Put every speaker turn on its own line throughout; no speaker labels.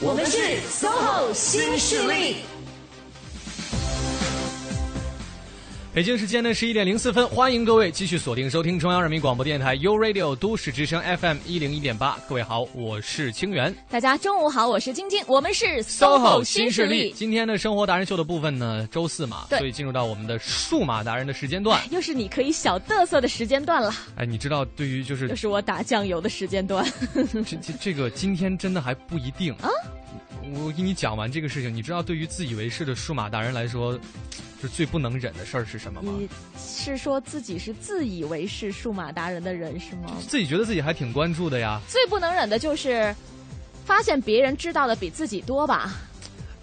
我们是 SOHO 新势力。
北京时间呢十一点零四分，欢迎各位继续锁定收听中央人民广播电台 u Radio 都市之声 FM 一零一点八。各位好，我是清源。
大家中午好，我是晶晶，我们是
SOHO
新
势
力。
今天的生活达人秀的部分呢，周四嘛，
对
所以进入到我们的数码达人的时间 段。
又是你可以小嘚瑟的时间段了，
哎，你知道，对于就是
又是我打酱油的时间段。
这这这个今天真的还不一定啊。我给你讲完这个事情，你知道对于自以为是的数码达人来说，就最不能忍的事儿是什么吗？
你是说自己是自以为是数码达人的人是吗？
自己觉得自己还挺关注的呀，
最不能忍的就是发现别人知道的比自己多吧？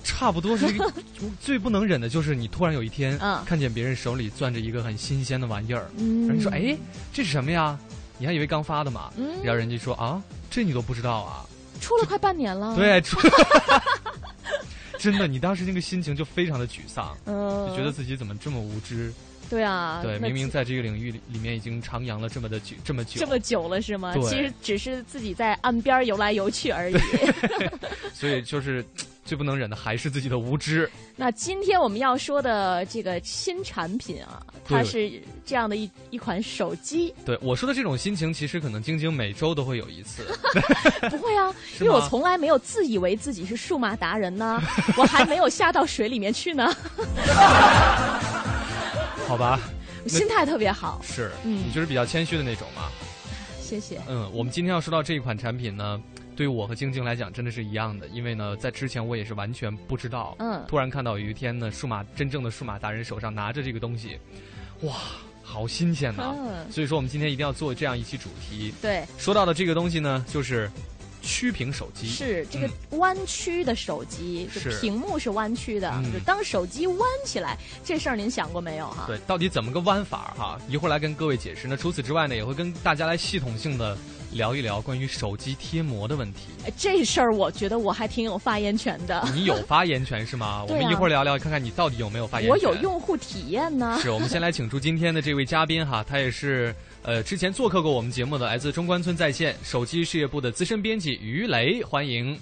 差不多是 一个最不能忍的就是你突然有一天、
嗯
看见别人手里攥着一个很新鲜的玩意儿，
嗯
然后你说哎这是什么呀？你还以为刚发的嘛？
嗯
然后人家说啊这你都不知道啊？
出了快半年了，，
对，出 真的你当时那个心情就非常的沮丧，
嗯、
就觉得自己怎么这么无知。
对啊，
对，
那
明明在这个领域里里面已经徜徉了这么的久，这么久，
这么久了是吗？
对
其实只是自己在岸边游来游去而已。
所以就是嘖最不能忍的还是自己的无知。
那今天我们要说的这个新产品啊，它
对
是这样的一一款手 机，
对我说的这种心情，其实可能晶晶每周都会有一 次。
不会啊，
是
因为我
吗
从来没有自以为自己是数码达 人呢，我还没有下到水里面去呢，
好吧，
我心态特别好，
是，
嗯
你就是比较谦虚的那种嘛。
谢谢。
嗯，我们今天要说到这一款产品呢，对于我和晶晶来讲真的是一样的，因为呢，在之前我也是完全不知道，
嗯
突然看到有一天呢，数码真正的数码达人手上拿着这个东西，哇，好新鲜呐、
嗯
所以说，我们今天一定要做这样一期主题，
对，
说到的这个东西呢，就是曲屏手机。
是这个弯曲的手机，就是屏幕是弯曲的，
嗯
就当手机弯起来这事儿，您想过没有哈、
对，到底怎么个弯法儿哈、一会儿来跟各位解释。那除此之外呢，也会跟大家来系统性的聊一聊关于手机贴膜的问题。
哎这事儿我觉得我还挺有发言权的，
你有发言权是吗？我
对啊
们一会儿聊聊，看看你到底有没有发言权。
我有。用户体验呢。
是我们先来请出今天的这位嘉宾哈，他也是呃之前做客过我们节目的，来自中关村在线手机事业部的资深编辑于雷，欢迎。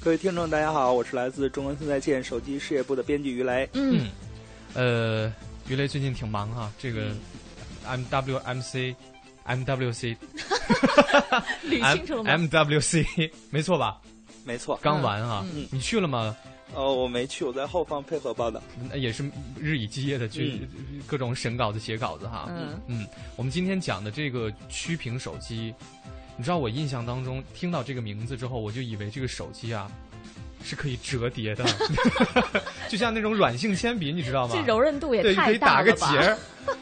各位听众，大家好，我是来自中关村在线手机事业部的编辑于雷。
嗯
嗯呃，于雷最近挺忙哈，这个 MWMC。MWC
捋
M
清楚了吗？
MWC M-M 没错吧？
没错，
刚完啊，
嗯
你去了吗？
哦，我没去，我在后方配合报道。
那也是日以继夜的去、各种审稿子、写稿子哈。
嗯
我们今天讲的这个曲屏手机，你知道我印象当中听到这个名字之后，我就以为这个手机啊是可以折叠 的，就像那种软性铅笔，你知道吗
这？柔韧度也
啊对，可
太
以打
大
个
了
结
吧？
儿。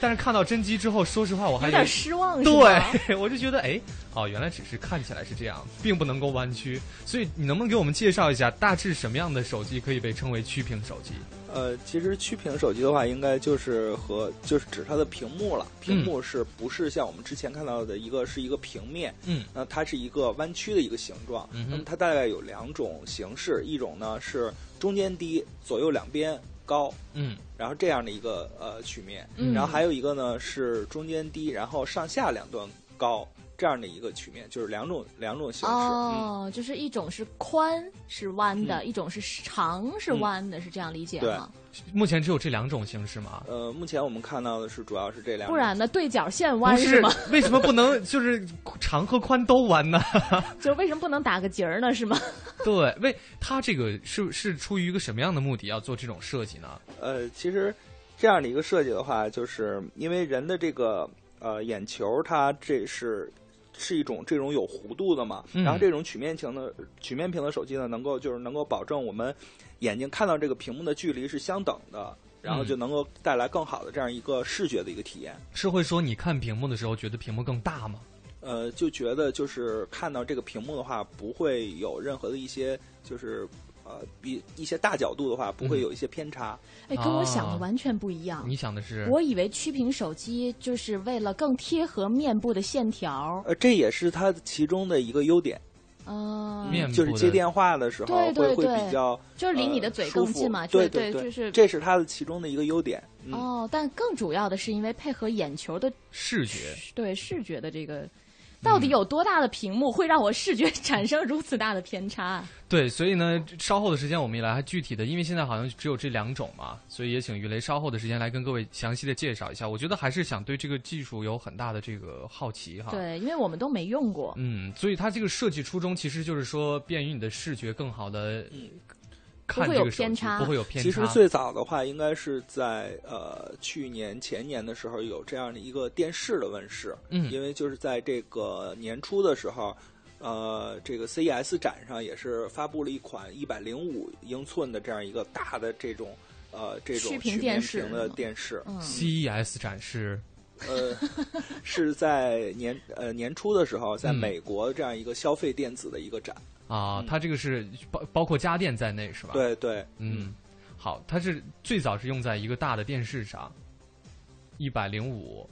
但是看到真机之后，说实话我还
有
以
点
为
失望是吧？
对， 我就觉得哎，哦，原来只是看起来是这样，并不能够弯曲。所以你能不能给我们介绍一下，大致什么样的手机可以被称为曲屏手机？
呃，其实曲屏手机的话，应该就是和就是指它的屏幕
嗯
了。屏幕是不是像我们之前看到的一个是一个平面？
嗯，
那它是一个弯曲的一个形状。
嗯哼
那么它大概有两种形式，一种呢是中间低，左右两边高，
嗯，
然后这样的一个呃曲面，
嗯
然后还有一个呢是中间低，然后上下两段高这样的一个曲面，就是两种两种形式。嗯
哦，就是一种是宽是弯的，一种是长是弯的，是这样理解吗？
目前只有这两种形式吗？
呃，目前我们看到的是主要是这两种，
不然呢，对角线
不
弯
是
吗？，
为什么不能就是长和宽都弯 呢？
就是为什么不能打个结儿呢？是吗？
对，为它这个是是出于一个什么样的目的要做这种设计呢？
呃，其实这样的一个设计的话，就是因为人的这个呃眼球，它这是是一种这种有弧度的嘛，
嗯
然后这种曲面屏的曲面屏的手机呢，能够就是能够保证我们眼睛看到这个屏幕的距离是相等的，然后
嗯
就能够带来更好的这样一个视觉的一个体验。
是会说你看屏幕的时候觉得屏幕更大吗？
呃，就觉得就是看到这个屏幕的话，不会有任何的一些就是呃比一些大角度的话，不
嗯
会有一些偏差。
哎，跟我想的完全不一样
你。想的是
我以为曲屏手机就是为了更贴合面部的线条，
呃，这也是它其中的一个优点，
嗯，
面部
就
的
是接电话的时候
对对
会
对
会比较
就是离你的嘴更近嘛，
呃
就
舒
是
服
对
对对对
就是
这是它的其中的一个优点。嗯，
哦，但更主要的是因为配合眼球的
视觉，嗯
对视觉的这个到底有多大的屏幕会让我视觉产生如此大的偏差？啊
对，所以呢，稍后的时间我们也来具体的，因为现在好像只有这两种嘛，所以也请于雷稍后的时间来跟各位详细的介绍一下。我觉得还是想对这个技术有很大的这个好奇哈。
对，因为我们都没用过。
啊嗯，所以它这个设计初衷其实就是说，便于你的视觉更好的看这个手机，不会有偏差。
其实最早的话，应该是在呃去年前年的时候有这样的一个电视的问世，
嗯
因为就是在这个年初的时候，呃，这个 CES 展上也是发布了一款一百零五英寸的这样一个大的这种呃这种
曲
曲
屏
面
电视
屏的电视，
嗯，
CES E 展示，
呃，是在年呃年初的时候，在
嗯
美国这样一个消费电子的一个展，
啊，
嗯
它这个是包包括家电在内是吧？，
对对，
嗯，好，它是最早是用在一个大的电视上，一百零五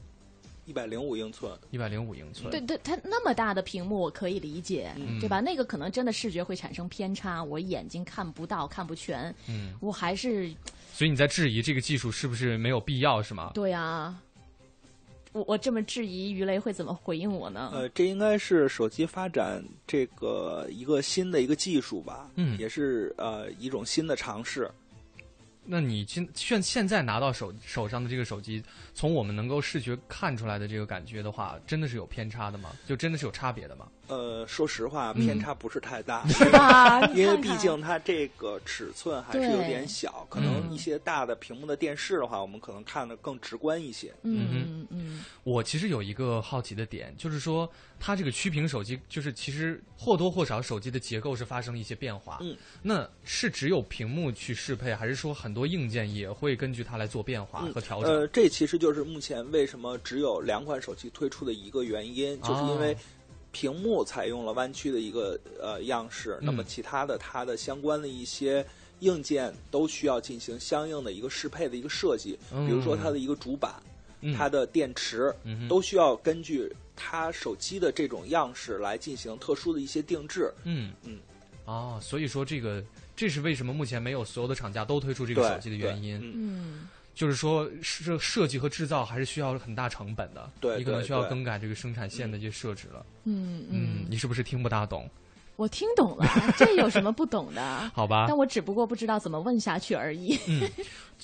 一百零五英寸，
一百零五英寸，
对对，它那么大的屏幕我可以理解，
嗯
对吧？那个可能真的视觉会产生偏差，我眼睛看不到、看不全，
嗯，
我还是
所以你在质疑这个技术是不是没有必要是吗？
对啊。我我这么质疑于雷会怎么回应我呢？
呃，这应该是手机发展这个一个新的一个技术吧，
嗯
也是呃一种新的尝试。
那你现现现在拿到手手上的这个手机，从我们能够视觉看出来的这个感觉的话，真的是有偏差的吗？就真的是有差别的吗？
呃，说实话，
嗯
偏差不是 太大，
吧？嗯
因为
你看
毕
看
竟它这个尺寸还是有
对
点小，可
嗯
能一些大的屏幕的电视的话，我们可能看得更直观一些。
嗯
嗯嗯
我其实有一个好奇的点，就是说它这个曲屏手机，就是其实或多或少手机的结构是发生了一些变化。
嗯，
那是只有屏幕去适配，还是说很多硬件也会根据它来做变啊化和调整？
呃，这其实就是目前为什么只有两款手机推出的一个原因，就是因为
哦
屏幕采用了弯曲的一个呃样式，那么
嗯
其他的它的相关的一些硬件都需要进行相应的一个适配的一个设计，比如说它的一个主板、
嗯
它的电池、
嗯哼
都需要根据它手机的这种样式来进行特殊的一些定制。
嗯
嗯，
哦，所以说这个这是为什么目前没有所有的厂家都推出这个
对
手机的原因。
对嗯
嗯，
就是说设设计和制造还是需要很大成本的，
对
你可能
对
需要
对
更改这个生产线的一些设置了。
嗯
嗯，
嗯，
你是不是听不大懂？
我听懂了， 这有什么不懂的？
好 吧
但，我只不过不知道怎么问下去而已。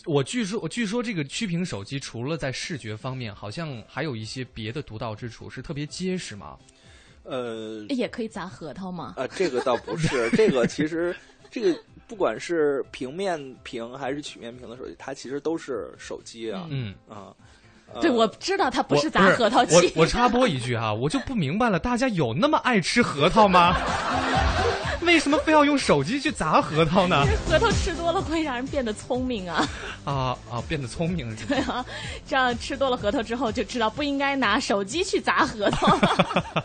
我据说，我据说这个曲屏手机除了在视觉方面，好像还有一些别的独到之处，是特别结实吗？
呃，
也可以砸核桃嘛？
啊，这个倒不是，这个其实这个不管是平面屏还是曲面屏的手机，它其实都是手机啊，
嗯，
啊、
对，
呃
我知道它不
我
是砸核桃器，
我我插播一句哈、我就不明白了，大家有那么爱吃核桃吗？ 为什么非要用手机去砸核桃呢？
核桃吃多了会让人变得聪明啊！
啊啊，变得聪明是吧？
这样吃多了核桃之后就知道不应该拿手机去砸核桃了。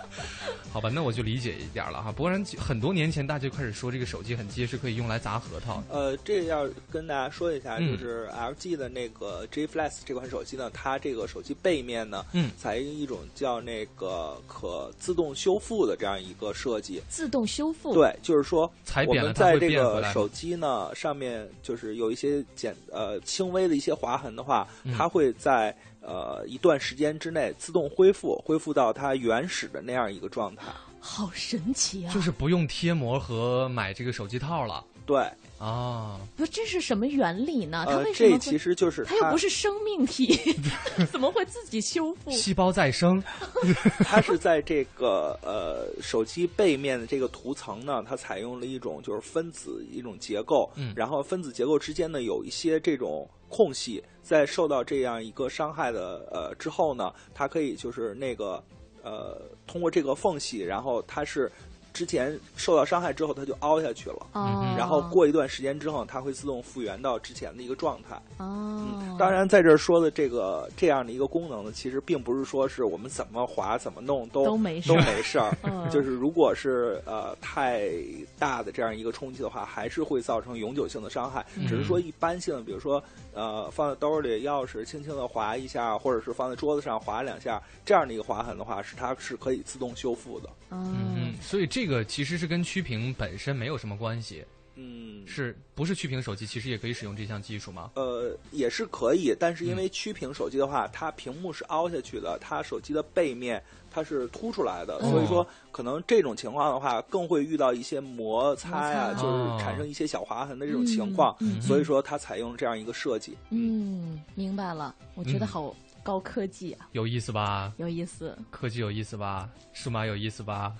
好吧，那我就理解一点了哈。不然很多年前大家就开始说这个手机很结实，可以用来砸核桃。
呃，这要跟大家说一下，
嗯
就是 LG 的那个 G Flex 这款手机呢，它这个手机背面呢，
嗯
采用一种叫那个可自动修复的这样一个设计。
自动修复，
对，就是说
踩
我
扁了
们
它
在
会
这
变回
个
来吗
手机呢上面，就是有一些简呃轻微的一些划痕的话，
嗯
它会在呃一段时间之内自动恢复，恢复到它原始的那样一个状态。
好神奇啊！
就是不用贴膜和买这个手机套了
对，
啊。
不，这是什么原理呢？它
呃，
为什么
这
会？
其实就是
它又不是生命体，怎么会自己修复？
细胞再生，
它是在这个呃手机背面的这个涂层呢，它采用了一种就是分子一种结构，
嗯
然后分子结构之间呢有一些这种空隙，在受到这样一个伤害的呃之后呢，它可以就是那个呃通过这个缝隙，然后它是之前受到伤害之后它就凹下去了。
哦，
然后过一段时间之后，它会自动复原到之前的一个状态。
哦，
嗯当然，在这儿说的这个这样的一个功能呢，其实并不是说是我们怎么滑、怎么弄都
都没事
都没事儿
嗯。
就是如果是呃太大的这样一个冲击的话，还是会造成永久性的伤害。
嗯
只是说一般性的，比如说呃放在兜里，钥匙轻轻的划一下，或者是放在桌子上划两下，这样的一个划痕的话，是它是可以自动修复的。
嗯
嗯，所以这个其实是跟曲屏本身没有什么关系，
嗯，
是不是曲屏手机其实也可以使用这项技术吗？
呃，也是可以，但是因为曲屏手机的话，它屏幕是凹下去的，它手机的背面它是凸出来的，
哦
所以说可能这种情况的话，更会遇到一些摩擦呀、
摩擦
就是产生一些小划痕的这种情况。
嗯嗯
所以说，它采用这样一个设计。
嗯，明白了，我觉得
嗯
好高科技啊，
有意思吧？
有意思。
科技有意思吧？数码有意思吧？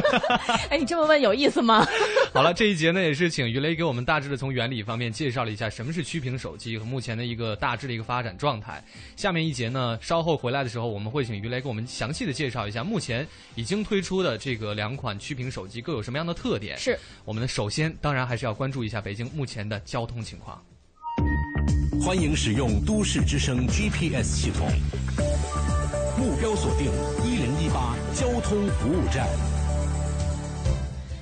哎，你这么问有意思吗？
好了，这一节呢也是请于雷给我们大致的从原理方面介绍了一下什么是曲屏手机和目前的一个大致的一个发展状态。下面一节呢，稍后回来的时候我们会请于雷给我们详细的介绍一下目前已经推出的这个两款曲屏手机各有什么样的特点。
是
我们首先当然还是要关注一下北京目前的交通情况。
欢迎使用都市之声 GPS 系统，目标锁定一零一八交通服务站。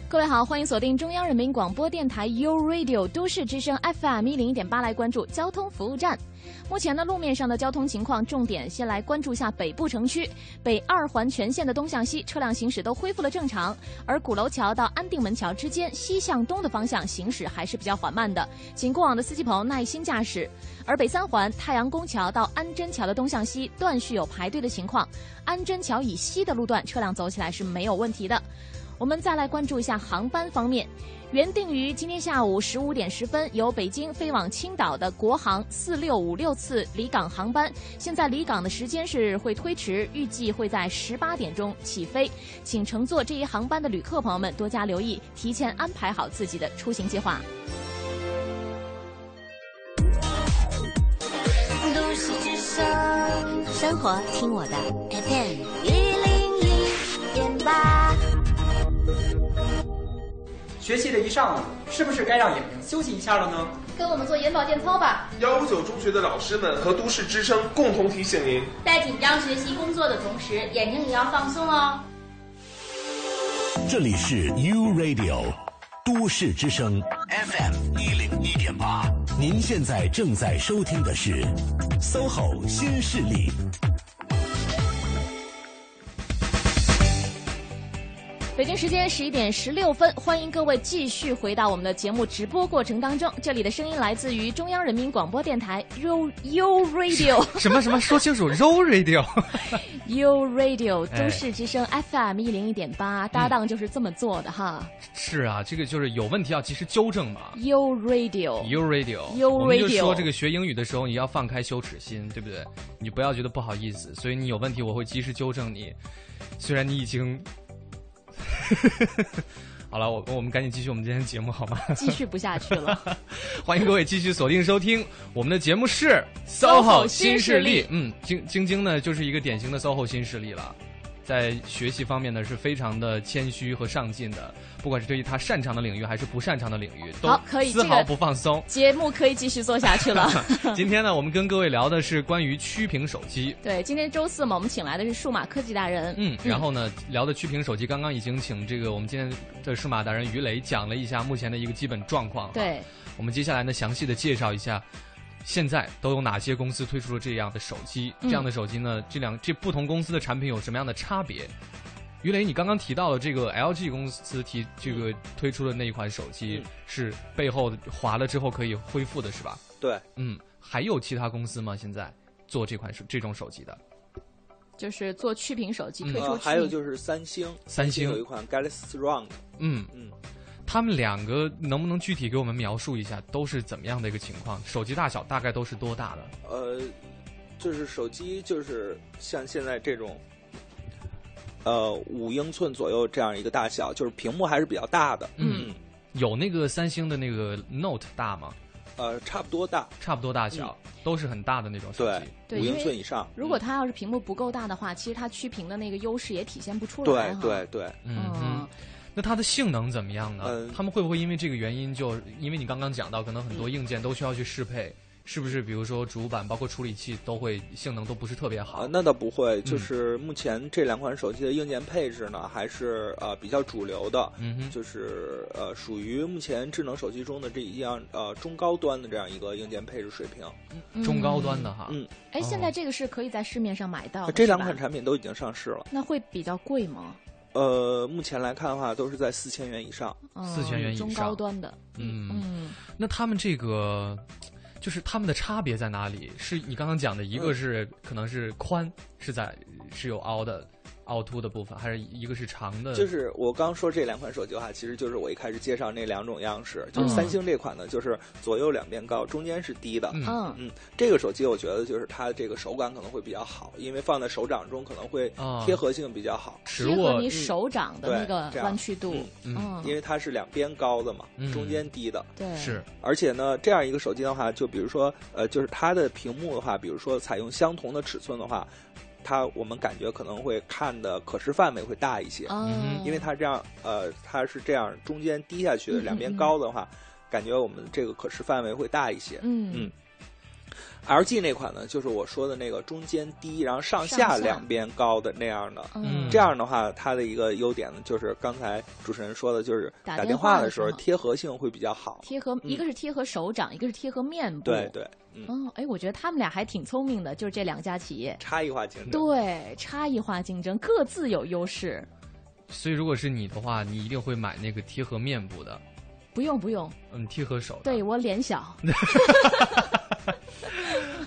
各位好，欢迎锁定中央人民广播电台 u Radio 都市之声 FM 一零一点八来关注交通服务站。目前呢，路面上的交通情况，重点先来关注一下北部城区北二环全线的东向西车辆行驶都恢复了正常，而鼓楼桥到安定门桥之间西向东的方向行驶还是比较缓慢的，请过往的司机朋友耐心驾驶。而北三环太阳宫桥到安贞桥的东向西断续有排队的情况，安贞桥以西的路段车辆走起来是没有问题的。我们再来关注一下航班方面。原定于今天下午十五点十分由北京飞往青岛的国航四六五六次离港航班，现在离港的时间是会推迟，预计会在十八点钟起飞。请乘坐这一航班的旅客朋友们多加留意，提前安排好自己的出行计划。
都市之声，生活听我的 FM 一零一点八。
学习了一上午，是不是该让眼睛休息一下了呢？
跟我们做眼保健操吧，
幺五九中学的老师们和都市之声共同提醒您，
在紧张学习工作的同时，眼睛也要放松哦。
这里是 U Radio 都市之声 FM 一零一点八，您现在正在收听的是 SOHO 新势力。
北京时间十一点十六分，欢迎各位继续回到我们的节目直播过程当中。这里的声音来自于中央人民广播电台 U U Radio
什么什么？说清楚，Row Radio。
U Radio
哎嗯
都市之声 FM 一零一点八，搭档就是这么做的哈。
是啊，这个就是有问题要及时纠正嘛。
U Radio，
You radio，
You
我们就
radio
说这个学英语的时候，你要放开羞耻心，对不对？你不要觉得不好意思，所以你有问题我会及时纠正你。虽然你已经， 好了，我我们赶紧继续我们今天的节目好吗？
继续不下 去了。
欢迎各位继续锁定收听我们的节目是
SOHO
新
新势
力
力。
嗯，晶晶晶呢就是一个典型的 SOHO 新势力了。在学习方面呢，是非常的谦虚和上进的，不管是对于他擅长的领域还是不擅长的领域，都
好可以
丝
这
毫
个
不放松。
节目可以继续做下 去了。
今天呢，我们跟各位聊的是关于曲屏手机。
对，今天周四嘛，我们请来的是数码科技达人。
嗯，然后呢，聊的曲屏手机，刚刚已经请这个我们今天的数码达人于雷讲了一下目前的一个基本状况。，
对，
我们接下来呢，详细的介绍一下，现在都有哪些公司推出了这样的手机？
嗯
这样的手机呢，这两这不同公司的产品有什么样的差别？于雷，你刚刚提到了这个 LG 公司提这个推出的那一款手机，是背后划了之后可以恢复的，是吧？
对，
嗯，还有其他公司吗？现在做这款手这种手机的？
就是做曲屏手机
嗯
推出曲
呃，
屏，
还有就是三星，
三星
有一款 Galaxy Round，
嗯
嗯，
他们两个能不能具体给我们描述一下，都是怎么样的一个情况？手机大小大概都是多大的？
呃，就是手机就是像现在这种，呃，五英寸左右这样一个大小，就是屏幕还是比较大的，
嗯，有那个三星的那个 Note 大吗？
呃，差不多大，
差不多大小，都是很大的那种手
嗯对
机。，
对
五
因
英
为
寸以上，
如果它要是屏幕不够大的话，其实它曲屏的那个优势也体现不出来
对
哈。
对对，
嗯
嗯
嗯，那它的性能怎么样呢？
嗯
他们会不会因为这个原因就，因为你刚刚讲到，可能很多硬件都需要去适配，是不是？比如说主板，包括处理器，都会性能都不是特别好。
啊，那倒不会，
嗯
就是目前这两款手机的硬件配置呢，还是呃比较主流的，
嗯哼，
就是呃属于目前智能手机中的这一样呃中高端的这样一个硬件配置水平。
嗯
中高端的哈。
嗯，
哦
哎，
呃
现在这个是可以在市面上买到的，
这
是
两
吧
款产品都已经上市了，
那会比较贵吗？
呃，目前来看的话，都是在四千元以上。
嗯
4000元以
中
上
高端的，
嗯，
嗯，
那他们这个就是他们的差别在哪里？是你刚刚讲的一个是、
嗯
可能是宽是在是有凹的凹凸的部分，还是一个是长的？
就是我刚说这两款手机的话，其实就是我一开始介绍那两种样式。就是
嗯
三星这款呢，就是左右两边高，中间是低的。
嗯
嗯，
嗯，这个手机我觉得就是它的这个手感可能会比较好，因为放在手掌中可能会
啊
贴合性比较好。
尺
贴合
握
你手掌的那个
嗯对这样
弯曲度，
嗯
嗯，
因为它是两边高的嘛，
嗯
中间低的。
对，
是
而且呢，这样一个手机的话，就比如说，呃，就是它的屏幕的话，比如说采用相同的尺寸的话，它我们感觉可能会看的可视范围会大一些，
嗯，
因为它这样，呃，它是这样中间低下去的，
嗯嗯
两边
嗯
高的话，感觉我们这个可视范围会大一些。
嗯
LG 那款呢，就是我说的那个中间低，然后上
上
下
下
两边高的那样的。
嗯
这样的话，它的一个优点呢，就是刚才主持人说的，就是
打
打
电
电
话
话
的
的
时
时
候
候贴合性会比较好。
贴合一个是贴合手掌，一个是贴合面部，
嗯对。对，嗯，
嗯，哎，我觉得他们俩还挺聪明的，就是这两家企业，
差异化竞
嗯
争。
对，差异化竞争，各自有优势。
所以如果是你的话，你一定会买那个贴合面部的，
不用不用，
嗯，贴合手的。
对我脸小，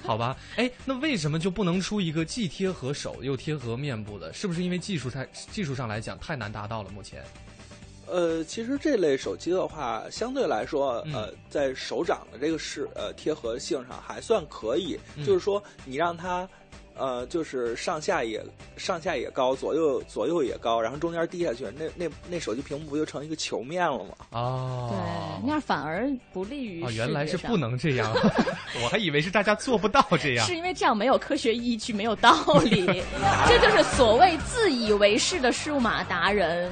好吧，哎，那为什么就不能出一个既贴合手又贴合面部的？是不是因为技术太技术上来讲太难达到了？目前，
呃，其实这类手机的话，相对来说，
嗯
呃，在手掌的这个是呃贴合性上还算可以，
嗯
就是说你让它。呃，就是上下也上下也高，左右左右也高，然后中间低下去，那那那手机屏幕不就成一个球面了吗？
哦，
对，那样反而不利于
啊，
视
原来
觉
是
上
不，能这样， 我还以为是大家做不到这样
是。因为这样没有科学依据，没有道 理，这就是所谓自以为是的数码达人。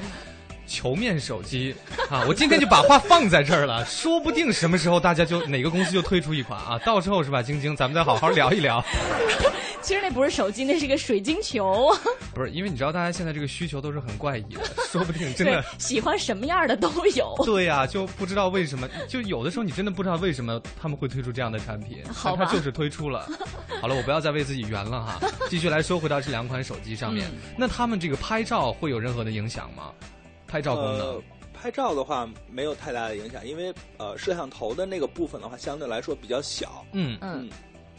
球面手机啊，我今天就把话放在这儿了，说不定什么时候大家就哪个公司就推出一款啊，到时候是吧，晶晶，咱们再好好聊一聊。
其实那不是手机，那是个水晶球。
不是，因为你知道大家现在这个需求都是很怪异的，说不 定真
对
的。，
喜欢什么样的都 有。
对呀、就不知道为什么，就有的时候你真的不知道为什么他们会推出这样的产 品，
好吧
但它就是推出 了。好了，我不要再为自己圆了哈，继续来说回到这两款手机上
嗯
面，那他们这个拍照会有任何的影响吗？拍照功能，
呃，拍照的话没有太大的影响，因为呃摄像头的那个部分的话，相对来说比较小。
嗯，
嗯，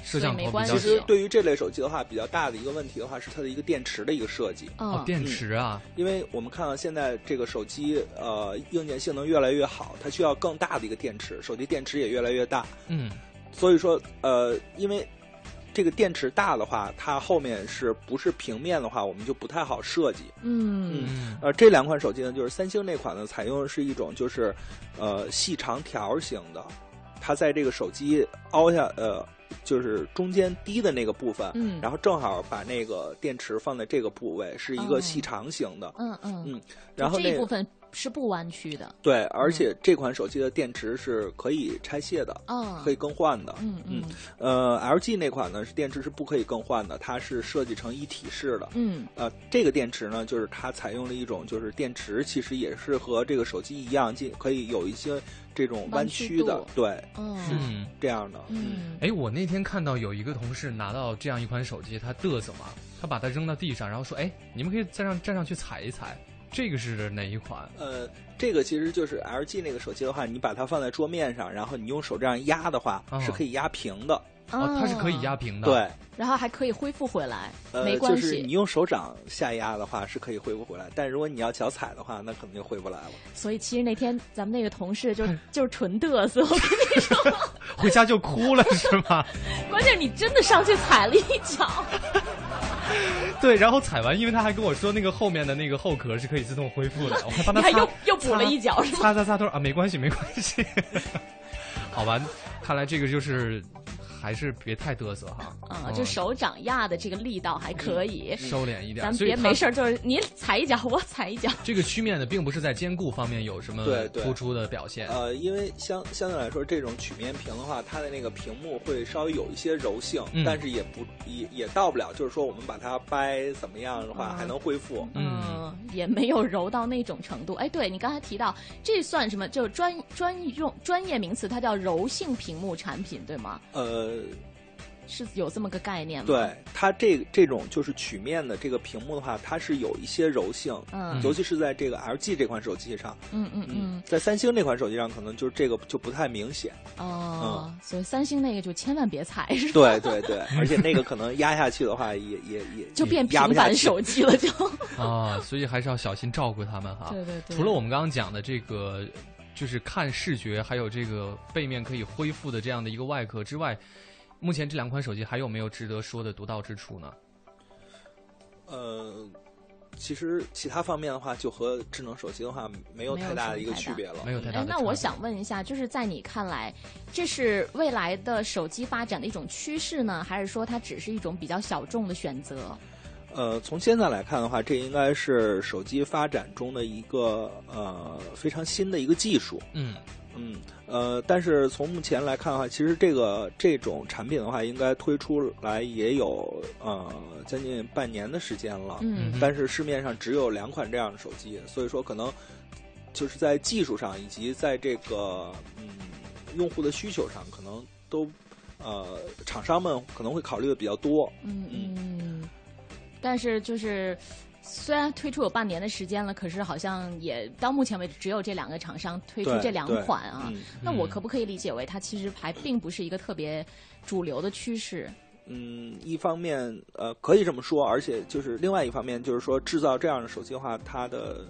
摄像
所以
头
没关
比
系
较
其
小
实对于这类手机的话，比较大的一个问题的话是它的一个电池的一个设计。
哦
哦，
电池啊，
因为我们看到现在这个手机，呃，硬件性能越来越好，它需要更大的一个电池，手机电池也越来越大，
嗯，
所以说，呃，因为这个电池大的话，它后面是不是平面的话，我们就不太好设计。
嗯，
嗯
呃，这两款手机呢，就是三星那款呢，采用的是一种就是，呃，细长条型的，它在这个手机凹下，呃，就是中间低的那个部分，
嗯
然后正好把那个电池放在这个部位，是一
哦
个细长型的。
嗯嗯，
嗯然后
这
那
一
个
部嗯分是不弯曲的。
对，而且这款手机的电池是可以拆卸的，
嗯，
可以。更换的。
嗯嗯
呃，LG 那款呢是电池是不可以更换的，它是设计成一体式的。
嗯
呃，这个电池呢，就是它采用了一种，就是电池其实也是和这个手机一样，进可以有一些这种弯曲的
弯曲度，
对，
嗯
嗯。
这样的。
嗯，
哎，我那天看到有一个同事拿到这样一款手机，他嘚瑟嘛，他把它扔到地上，然后说：“哎，你们可以再让站上去踩一踩，这个是哪一款
呃，这个其实就是 LG 那个手机的话，你把它放在桌面上，然后你用手这样压的话，
哦
是可以压平的。？”
哦，它是可以压，平的。
对，
嗯然后还可以恢复回来，
呃，
没关
就是你
系。
用手掌下压的话是可以恢复回来，但如果你要脚踩的话，那可能就回不来了。
所以其实那天咱们那个同 事就就是纯嘚瑟，我跟你说，
回家就哭了是吗？
关键你真的上去踩了一脚，
对，然后踩完，因为他还跟我说那个后面的那个后壳是可以自动恢复的，我还帮
你
他
还
擦
又又补了一脚是吗？
擦擦擦，他说啊，没关系，没关系。 好吧，看来这个就是还是别太嘚瑟哈。
啊，
嗯
就手掌压的这个力道还可以，
收敛一点，
嗯咱们
嗯所以
别
它
没事儿就是你踩一脚，我踩一脚，
这个曲面的并不是在坚固方面有什么
对对
突出的表现。
呃，因为相相对来说，这种曲面屏的话，它的那个屏幕会稍微有一些柔性，
嗯
但是也不也也到不了，就是说我们把它掰怎么样的话，
啊
还能恢复。
嗯
嗯，也没有柔到那种程度。哎，对你刚才提到，这算什么？就是专专用专业名词，它叫柔性屏幕产品，对吗？
呃，
是有这么个概念吗？，
对它这这种就是曲面的这个屏幕的话，它是有一些柔性，
嗯
尤其是在这个 LG 这款手机上，
嗯嗯嗯，
在三星这款手机上，可能就是这个就不太明显。
哦，
嗯
所以三星那个就千万别踩，是吧？
对对对，而且那个可能压下去的话也，也也
就变
压
平
不下
板
去
手机了，就。
啊，所以还是要小心照顾他们哈。
对对对。
除了我们刚刚讲的这个，就是看视觉，还有这个背面可以恢复的这样的一个外壳之外，目前这两款手机还有没有值得说的独到之处呢？
呃，其实其他方面的话，就和智能手机的话没有
没有
太大的
什么
一个
太
区
大
别了。
没有太大
哎
的，
那
差
我
别
想问一下，就是在你看来，这是未来的手机发展的一种趋势呢，还是说它只是一种比较小众的选择？
呃，从现在来看的话，这应该是手机发展中的一个呃非常新的一个技术。
嗯，
嗯，呃，但是从目前来看的话，其实这个这种产品的话，应该推出来也有呃将近半年的时间了。
嗯
嗯
但是市面上只有两款这样的手机，所以说可能就是在技术上以及在这个嗯用户的需求上，可能都呃厂商们可能会考虑的比较多。
嗯嗯。但是就是，虽然推出有半年的时间了，可是好像也到目前为止只有这两个厂商推出
对
这两
对
款啊。
嗯
那我
嗯
可不可以理解为它其实还并不是一个特别主流的趋势？
嗯，一方面呃可以这么说，而且就是另外一方面就是说制造这样的手机的话，它的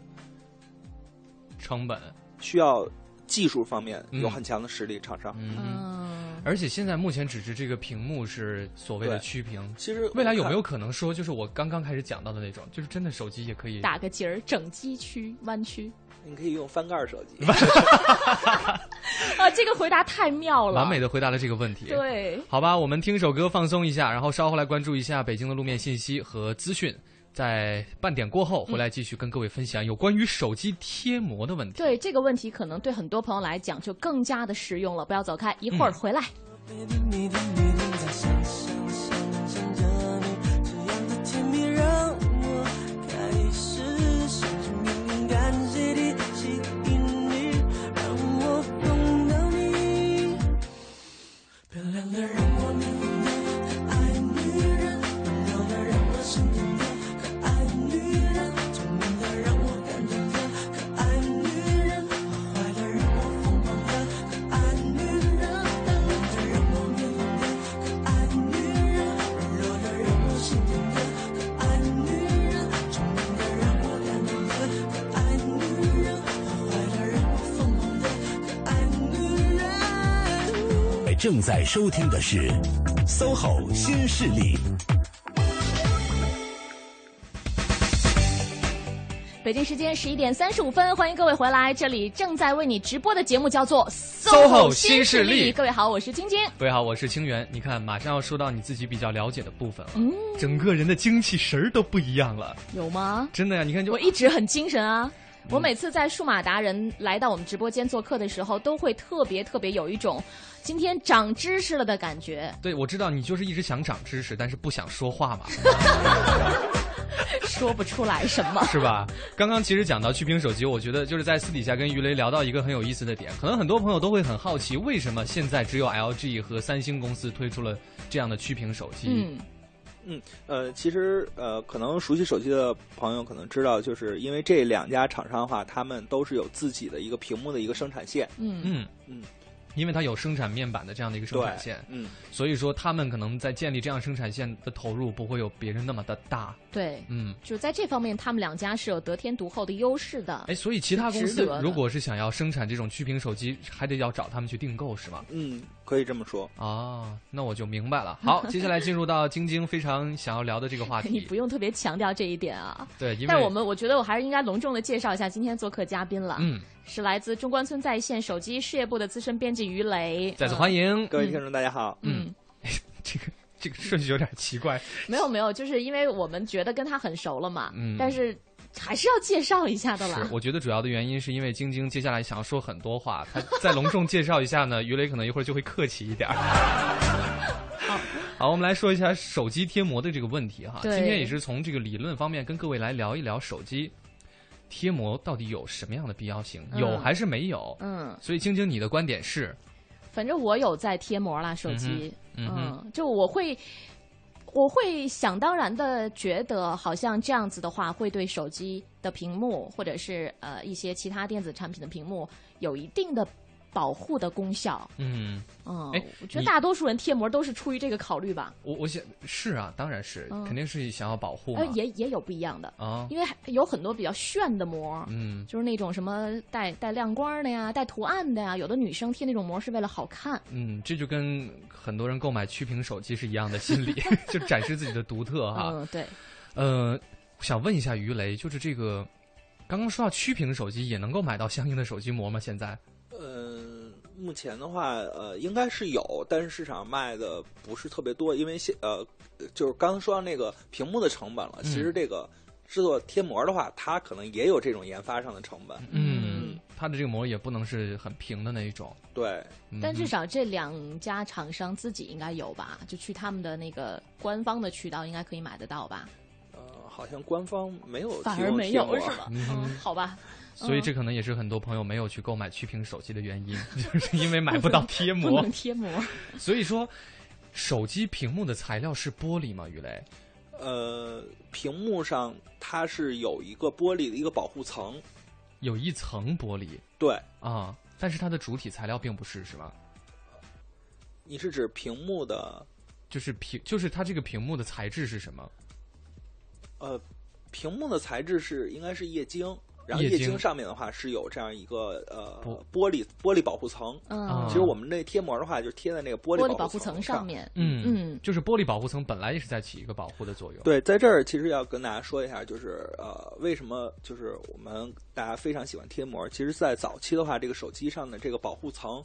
成本，
需要技术方面
嗯
有很强的实力，厂商。
嗯哼，
嗯，
而且现在目前只是这个屏幕是所谓的
对
曲屏。
其实我
未来有
看
没有可能说，就是我刚刚开始讲到的那种，就是真的手机也可以
打个结儿，整机区弯曲
你可以用翻盖手机？
啊！这个回答太妙了，
完美的回答了这个问题？。
对。
好吧，我们听首歌放松一下，然后稍后来关注一下北京的路面信息和资讯。在半点过后回来继续跟各位分享有关于手机贴膜的问题。
对这个问题，可能对很多朋友来讲就更加的实用了。不要走开，一会儿
嗯
回来。
哎正在收听的是 SOHO 新势力。
北京时间十一点三十五分，欢迎各位回来，这里正在为你直播的节目叫做《
SOHO
新
新势力
各位好，我是晶晶。
各位好，我是清源。你看，马上要说到你自己比较了解的部分了，
嗯
整个人的精气神儿都不一样了，
有吗？
真的呀！你看就，
我一直很精神啊。
嗯
我每次在数码达人来到我们直播间做客的时候，都会特别特别有一种今天长知识了的感觉。
对我知道你就是一直想长知识，但是不想说话嘛，
说不出来什 么。
是吧？刚刚其实讲到曲屏手机，我觉得就是在私底下跟于雷聊到一个很有意思的点，可能很多朋友都会很好奇，为什么现在只有 LG 和三星公司推出了这样的曲屏手机？
嗯，
呃，其实呃，可能熟悉手机的朋友可能知道，就是因为这两家厂商的话，他们都是有自己的一个屏幕的一个生产线。
嗯
嗯，
因为它有生产面板的这样的一个生
对
产线，，
嗯，
所以说他们可能在建立这样生产线的投入不会有别人那么的大。
对，
嗯，
就在这方面，他们两家是有得天独厚的优势的。
哎，所以其他公
值
司
得的
如果是想要生产这种曲屏手机，还得要找他们去订购是吗？
嗯，可以这么说。
啊，那我就明白了。好，接下来进入到晶晶非常想要聊的这个话
你
题
不。用特别强调这一点啊。
对，因
但
为
我们我觉得我还是应该隆重的介绍一下今天做客嘉宾了，
嗯，
是来自中关村在线手机事业部的资深编辑于雷。
再次欢迎。
呃
各位听众，大家好。
嗯， 这个这个顺序有点奇怪。
没有没有，就是因为我们觉得跟他很熟了嘛，
嗯
但是还是要介绍一下的啦
是，。我觉得主要的原因是因为晶晶接下来想要说很多话，她再隆重介绍一下呢，于雷可能一会儿就会客气一点 儿。好，我们来说一下手机贴膜的这个问题哈。今
对
天也是从这个理论方面跟各位来聊一聊手机贴膜到底有什么样的必要性，
嗯
有还是没有？
嗯，
所以晶晶，你的观点是
反正我有在贴膜啦，手机，
嗯哼嗯哼
就我会。我会想当然的觉得，好像这样子的话，会对手机的屏幕或者是呃一些其他电子产品的屏幕有一定的保护的功效。
嗯。
嗯
哎，
我觉得
你
大多数人贴膜都是出于这个考虑吧，
我我想是啊，当然是，
嗯
肯定是想要保护嘛
呃，。也也有不一样的，
啊，
因为还有很多比较炫的膜，
嗯
就是那种什么带带亮光的呀、带图案的呀，有的女生贴那种膜是为了好看。
嗯，这就跟很多人购买曲屏手机是一样的心 理，就展示自己的独特哈。
嗯，对，
呃，想问一下于雷，就是这个刚刚说到曲屏手机也能够买到相应的手机膜吗？现在？
嗯，目前的话，呃，应该是有，但是市场卖的不是特别多，因为现呃，就是刚刚说到那个屏幕的成本了，其
嗯
实这个制作贴膜的话，它可能也有这种研发上的成本。
嗯，它的这个膜也不能是很平的那一种。
对，
嗯
但至少这两家厂商自己应该有吧，就去他们的那个官方的渠道应该可以买得到到吧，
呃，好像官方没有
反
提
而
供
没
贴
有
膜
是吧？嗯，好吧，
所以这可能也是很多朋友没有去购买曲屏手机的原因， 就是因为买不到贴
不
膜
能。贴膜。
所以说，手机屏幕的材料是玻璃吗？于雷？
呃，屏幕上它是有一个玻璃的一个保护层，
有一层玻璃
对，
啊，但是它的主体材料并不是，是吧？
你是指屏幕的
就是屏，就是它这个屏幕的材质是什么？
呃，屏幕的材质是应该是液晶，然后
液
液
晶
晶上面的话是有这样一个呃
不
玻璃玻璃保护层。
啊
嗯，
其实我们那贴膜的话，就贴在那个玻
玻
璃
璃保
护
护层
上
上。面，
嗯
嗯
就是玻璃保护层本来也是在起一个保护的作用。
对，在这儿其实要跟大家说一下，就是呃，为什么就是我们大家非常喜欢贴膜？其实，在早期的话，这个手机上的这个保护层，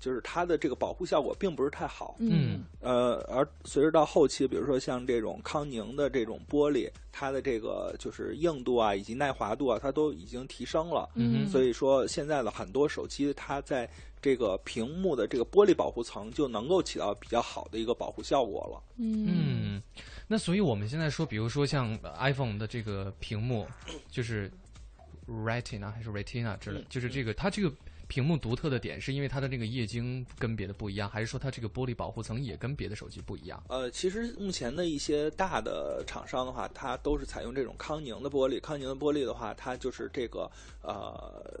就是它的这个保护效果并不是太好。
嗯，
呃，而随着到后期，比如说像这种康宁的这种玻璃，它的这个就是硬度啊，以及耐滑度啊，它都已经提升了。
嗯
所以说现在的很多手机，它在这个屏幕的这个玻璃保护层就能够起到比较好的一个保护效果了。
嗯
嗯，那所以我们现在说，比如说像呃 iPhone 的这个屏幕，就是 Retina 还是 Retina 之类，
嗯
就是这个它这个屏幕独特的点，是因为它的这个液晶跟别的不一样，还是说它这个玻璃保护层也跟别的手机不一样？
呃，其实目前的一些大的厂商的话，它都是采用这种康宁的玻璃。康宁的玻璃的话，它就是这个呃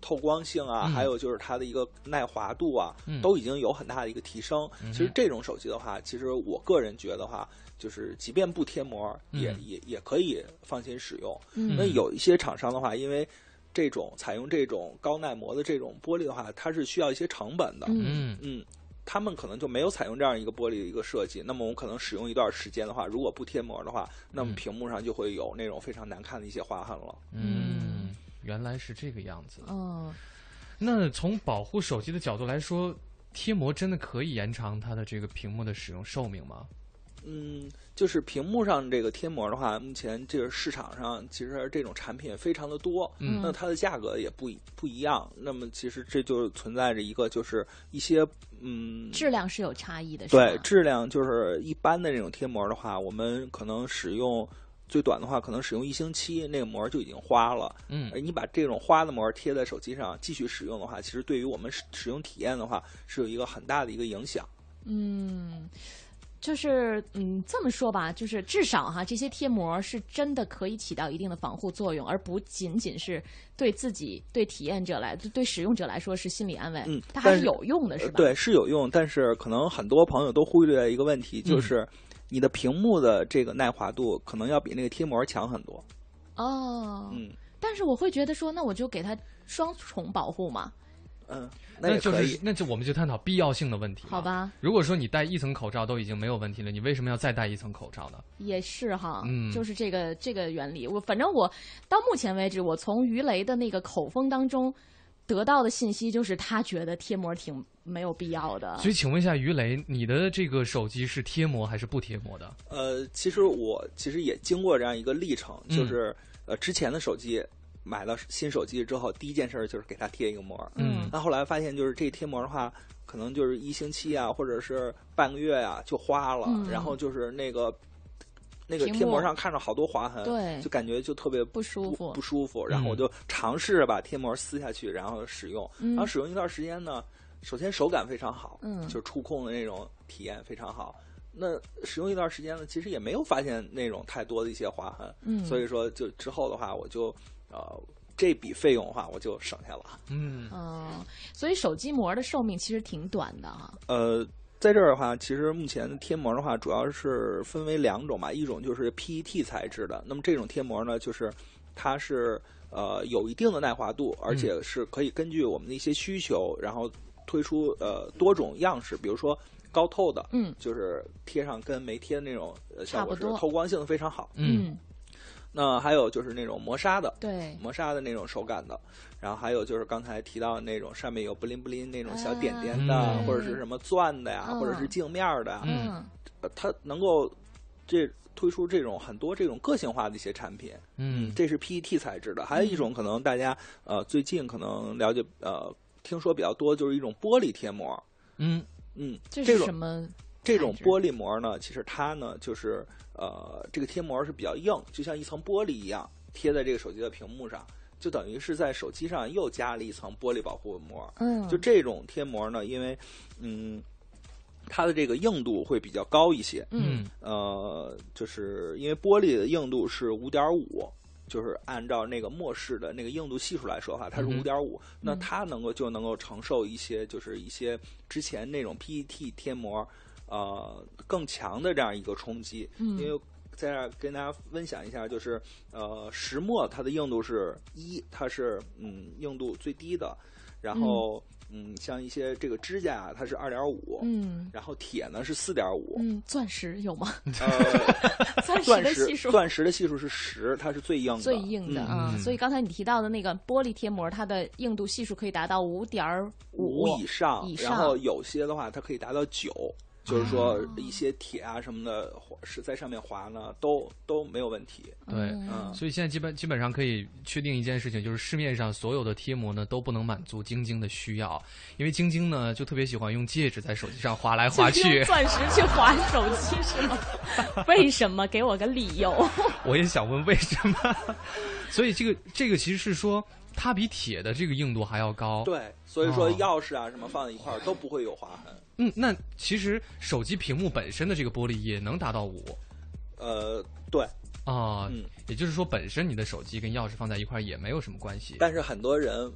透光性啊，
嗯
还有就是它的一个耐滑度啊，
嗯
都已经有很大的一个提升。
嗯哼
其实这种手机的话，其实我个人觉得话，就是即便不贴膜，
嗯
也也也可以放心使用。
嗯
那有一些厂商的话，因为这种采用这种高耐磨的这种玻璃的话，它是需要一些成本的。
嗯
嗯
嗯，他们可能就没有采用这样一个玻璃的一个设计。那么我们可能使用一段时间的话，如果不贴膜的话，那么
嗯
屏幕上就会有那种非常难看的一些划痕了。
嗯，原来是这个样子。
嗯，
那从保护手机的角度来说，贴膜真的可以延长它的这个屏幕的使用寿命吗？
嗯，就是屏幕上这个贴膜的话，目前这个市场上其实这种产品非常的多，
嗯
那它的价格也不一不一样。那么其实这就存在着一个就是一些嗯
质量是有差异的，是
对
吧，
质量就是一般的那种贴膜的话，我们可能使用最短的话，可能使用一星期，那个膜就已经花了。哎
嗯
而你把这种花的膜贴在手机上继续使用的话，其实对于我们使使用体验的话是有一个很大的一个影响。
嗯，就是嗯，这么说吧，就是至少哈，这些贴膜是真的可以起到一定的防护作用，而不仅仅是对自己、对体验者来、对使用者来说是心理安慰，
嗯
它还
但
是
是
有用的，是
呃
吧？
对，是有用，但是可能很多朋友都忽略一个问题，就是你的屏幕的这个耐滑度可能要比那个贴膜强很多。
哦，
嗯
但是我会觉得说，那我就给它双重保护嘛，
嗯，
那
也
就
可以
是。那就我们就探讨必要性的问题。
好，吧，
如果说你戴一层口罩都已经没有问题了，你为什么要再戴一层口罩呢？
也是哈，
嗯
就是这个这个原理。我反正我到目前为止，我从于雷的那个口风当中得到的信息就是，他觉得贴膜挺没有必要的。
所以，请问一下于雷，你的这个手机是贴膜还是不贴膜的？
呃，其实我其实也经过这样一个历程，
嗯
就是、呃之前的手机买到新手机之后，第一件事儿就是给它贴一个膜儿。
嗯
那后来发现，就是这贴膜的话，可能就是一星期啊，或者是半个月啊，就花了。
嗯
然后就是那个那个
屏幕
贴膜上看着好多划痕，
对
就感觉就特别
不舒服
不舒服。然后我就尝试着把贴膜撕下去，然后使用。
嗯
然后使用一段时间呢，首先手感非常好，
嗯
就是触控的那种体验非常好。那使用一段时间了，其实也没有发现那种太多的一些划痕，
嗯
所以说就之后的话，我就呃这笔费用的话，我就省下了。
嗯，
嗯，所以手机膜的寿命其实挺短的哈。
呃，在这儿的话，其实目前的贴膜的话，主要是分为两种吧，一种就是 PET 材质的，那么这种贴膜呢，就是它是呃有一定的耐滑度，
嗯
而且是可以根据我们的一些需求，然后推出呃多种样式，比如说高透的，
嗯
就是贴上跟没贴的那种呃效果
差
是
不多
透光性非常好。
嗯，
那还有就是那种磨砂的，
对，
磨砂的那种手感的，然后还有就是刚才提到那种上面有不灵不灵那种小点点的，
啊嗯
或者是什么钻的呀，
嗯
或者是镜面儿的呀，
嗯
呃它能够这推出这种很多这种个性化的一些产品，
嗯，
这是 PET 材质的。还有一种可能大家呃最近可能了解呃听说比较多就是一种玻璃贴膜，
嗯，
嗯，
这
这
是
种
什么？
这种
材质
玻璃膜呢，其实它呢就是呃，这个贴膜是比较硬，就像一层玻璃一样贴在这个手机的屏幕上，就等于是在手机上又加了一层玻璃保护膜。
嗯，
就这种贴膜呢，因为嗯，它的这个硬度会比较高一些，
嗯
呃，就是因为玻璃的硬度是五点五。就是按照那个末世的那个硬度系数来说的话，它是
嗯
五
哼
点五，那它能够就能够承受一些就是一些之前那种 PET 贴膜，呃更强的这样一个冲击。
嗯
因为在这儿跟大家分享一下，就是呃石墨它的硬度是一，它是嗯硬度最低的，然后嗯像一些这个指甲啊它是二点五，
嗯
然后铁呢是四点五，
嗯，钻石有 吗？
嗯
呃
钻石
钻
的系
石
数。
钻石的系数是十，它是最硬的，
最硬的
嗯
啊，
嗯
所以刚才你提到的那个玻璃贴膜，它的硬度系数可以达到五点
五以上，
以
然
上哦
后有些的话它可以达到九，就是说一些铁啊什么的滑是在上面滑呢，都都没有问题。
对。
嗯，
所以现在基本基本上可以确定一件事情，就是市面上所有的贴膜呢都不能满足晶晶的需要，因为晶晶呢就特别喜欢用戒指在手机上划来划
就 用
去。
钻石去划手机是吗？为什么？给我个理由。
我也想问为什么？ 所以这个这个其实是说它比铁的这个硬度还要高。，
对，所以说
哦
钥匙啊什么放在一块儿都不会有划痕。
嗯，那其实手机屏幕本身的这个玻璃也能达到五
呃，对，
啊、
嗯
也就是说本身你的手机跟钥匙放在一块儿也没有什么关系。
但是很多人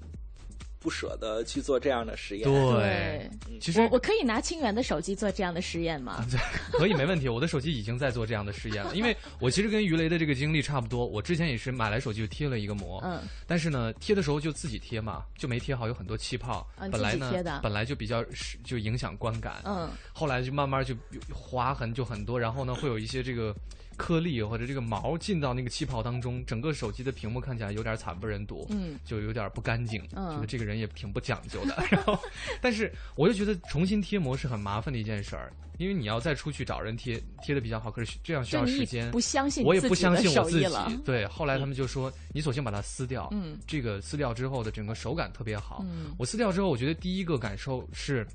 不舍得去做这样的实 验。
对，其实
我我可以拿清源的手机做这样的实 验吗？
可以，没问题。我的手机已经在做这样的试验了，因为我其实跟鱼雷的这个经历差不多。我之前也是买来手机就贴了一个膜，
嗯，
但是呢，贴的时候就自己贴嘛，就没贴好，有很多气泡。
啊你
本来
自己贴的
呢，本来就比较是就影响观感，
嗯，
后来就慢慢就划痕就很多，然后呢，会有一些这个颗粒或者这个毛进到那个气泡当中，整个手机的屏幕看起来有点惨不忍睹，
嗯，
就有点不干净，
嗯
觉得这个人也挺不讲究 的。然后，但是我就觉得重新贴膜是很麻烦的一件事儿，因为你要再出去找人贴贴的比较好，可是这样需
就
要
你
时
也
间
不。相信
我也
自
不
己
相
的
信我
手
自
艺
己
了。，
对。后来他们就说，你索性把它撕掉，
嗯
这个撕掉之后的整个手感特别好。
嗯
我撕掉之后，我觉得第一个感受是，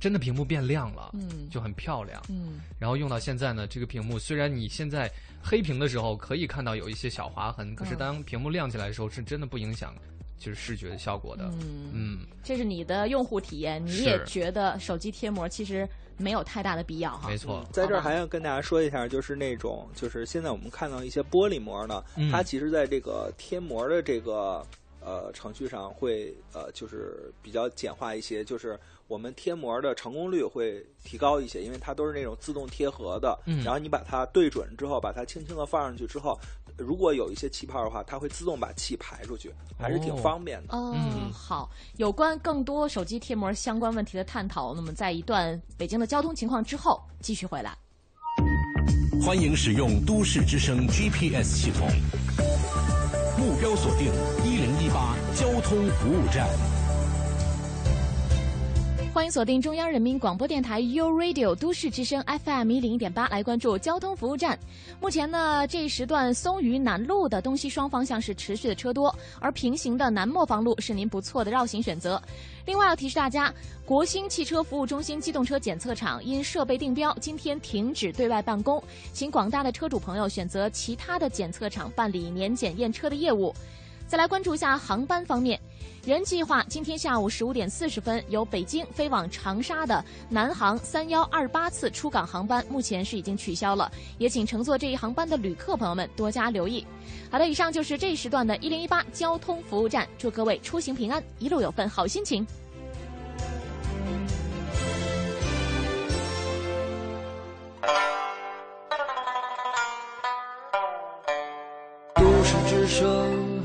真的屏幕变亮了，
嗯
就很漂亮。
嗯
然后用到现在呢，这个屏幕虽然你现在黑屏的时候可以看到有一些小划痕，可
嗯
是当屏幕亮起来的时候，是真的不影响就是视觉的效果的。
嗯，
嗯，
这是你的用户体验，你也
是
觉得手机贴膜其实没有太大的必要哈嗯
没。错，
在这儿还要跟大家说一下，就是那种，就是现在我们看到一些玻璃膜呢，
嗯
它其实在这个贴膜的这个呃程序上会呃就是比较简化一些，就是我们贴膜的成功率会提高一些，因为它都是那种自动贴合的，
嗯
然后你把它对准之后，把它轻轻的放上去之后，如果有一些气泡的话，它会自动把气排出去，还是挺
哦
方便的。
哦，
嗯
好，有关更多手机贴膜相关问题的探讨，那么在一段北京的交通情况之后继续回来。
欢迎使用都市之声 GPS 系统，目标锁定一零一八交通服务站。
欢迎锁定中央人民广播电台 u Radio 都市之声 FM 一零一点八，来关注交通服务站。目前呢，这一时段松榆南路的东西双方向是持续的车多，而平行的南磨坊路是您不错的绕行选择。另外要提示大家，国兴汽车服务中心机动车检测场因设备定标，今天停止对外办公，请广大的车主朋友选择其他的检测场办理年检验车的业务。再来关注一下航班方面，人计划今天下午十五点四十分由北京飞往长沙的南航三幺二八次出港航班目前是已经取消了，也请乘坐这一航班的旅客朋友们多加留意。好的，以上就是这一时段的一零一八交通服务站，祝各位出行平安，一路有份好心情。
都市之声，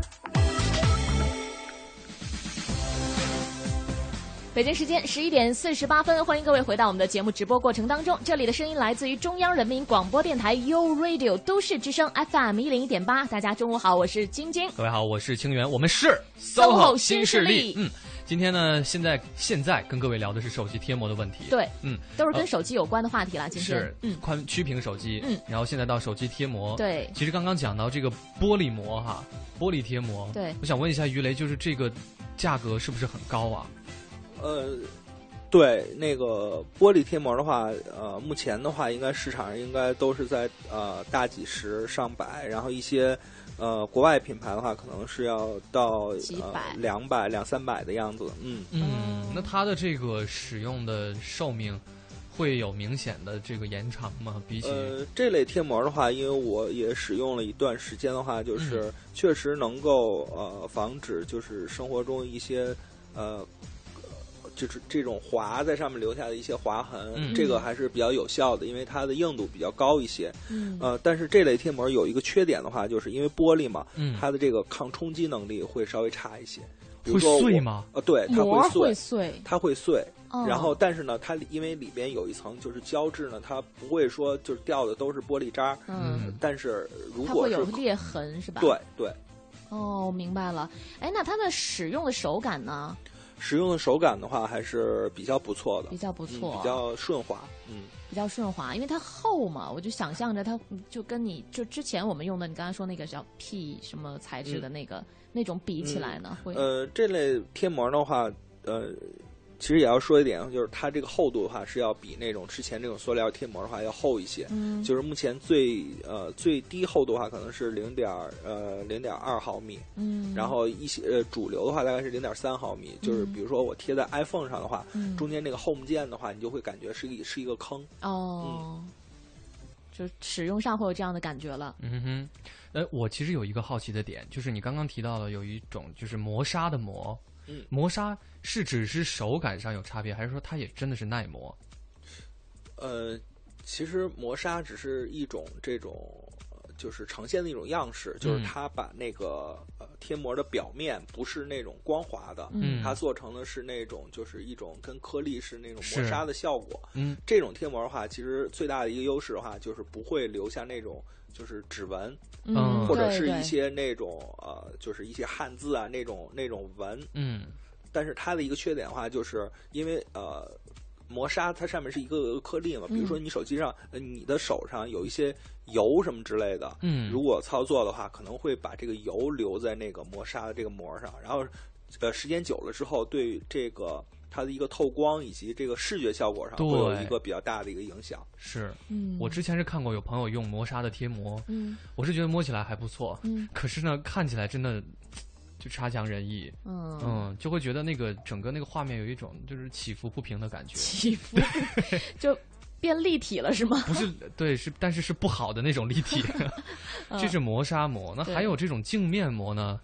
北京时间十一点四十八分，欢迎各位回到我们的节目直播过程当中。这里的声音来自于中央人民广播电台 u Radio 都市之声 FM 一零一点八。大家中午好，我是晶晶。
各位好，我是清源，我们是
SOHO
新
新势力
力。嗯，今天呢，现在现在跟各位聊的是手机贴膜的问题。，
对，
嗯，
都是跟
呃
手机有关的话题啦。今天，
是，
嗯，
宽曲屏手机，
嗯
然后现在到手机贴膜。
对
其实刚刚讲到这个玻璃膜哈，玻璃贴膜。
对
我想问一下于雷，就是这个价格是不是很高啊？
呃，对，那个玻璃贴膜的话，呃，目前的话，应该市场上应该都是在呃大几十、上百，然后一些呃国外品牌的话，可能是要到呃
几百
两百、两三百的样子。嗯，
嗯，那它的这个使用的寿命会有明显的这个延长吗？比起、
呃，这类贴膜的话，因为我也使用了一段时间的
嗯
话，就是确实能够呃防止就是生活中一些呃。就是这种划在上面留下的一些划痕，
嗯
这个还是比较有效的，因为它的硬度比较高一些。
嗯，
呃，但是这类贴膜有一个缺点的话，就是因为玻璃嘛，
嗯
它的这个抗冲击能力会稍微差一些。比如
会
说
碎
我？
吗？
呃，对，它
膜会
会碎，
碎，
它会碎。
哦
然后，但是呢，它里因为里边有一层就是胶质呢，它不会说就是掉的都是玻璃渣。
嗯，
但是如
它
果
会
是
有裂痕是吧？
对。对，
哦，明白了。哎，那它的使用的手感呢，
使用的手感的话还是比较不错的，
比较不错，
嗯，比较顺滑。嗯，
比较顺滑，因为它厚嘛，我就想象着它嗯就跟你就之前我们用的你刚才说那个叫 P 什么材质的那个、那种比起来呢，会
嗯呃，这类贴膜的话，呃，其实也要说一点，啊就是它这个厚度的话是要比那种之前这种塑料贴膜的话要厚一些。
嗯
就是目前最呃最低厚度的话，可能是零点呃零点二毫米，
嗯，
然后一些呃主流的话大概是零点三毫米。就是
嗯
比如说我贴在 iPhone 上的话，
嗯
中间那个 Home 键的话，你就会感觉是一是一个坑。嗯
哦，就使用上会有这样的感觉了。
嗯哼，呃，我其实有一个好奇的点，就是你刚刚提到了有一种就是磨砂的磨，
嗯
磨砂是只是手感上有差别，还是说它也真的是耐磨？
呃，其实磨砂只是一种这种。呃就是呈现的一种样式，就是
嗯
它把那个呃贴膜的表面不是那种光滑的，
嗯
它做成的是那种就是一种跟颗粒是那种
是
磨砂的效果。
嗯，
这种贴膜的话，其实最大的一个优势的话，就是不会留下那种就是指纹，
嗯
或者
对
是
对
一些那种呃，就是一些汉字啊那种那种纹。
嗯
但是它的一个缺点的话，就是因为呃。磨砂它上面是一个颗粒嘛，比如说
嗯
你手机上、呃你的手上有一些油什么之类的，
嗯
如果操作的话，可能会把这个油留在那个磨砂的这个膜上，然后呃时间久了之后，对这个它的一个透光以及这个视觉效果上
对
会有一个比较大的一个影响。
是
嗯，
我之前是看过有朋友用磨砂的贴膜，
嗯
我是觉得摸起来还不错，
嗯
可是呢看起来真的就差强人意，
嗯。
嗯，就会觉得那个整个那个画面有一种就是起伏不平的感觉，
起伏就变立体了是吗？
不是对是，但是是不好的那种立体， 这是磨砂膜。那
对
还有这种镜面膜呢？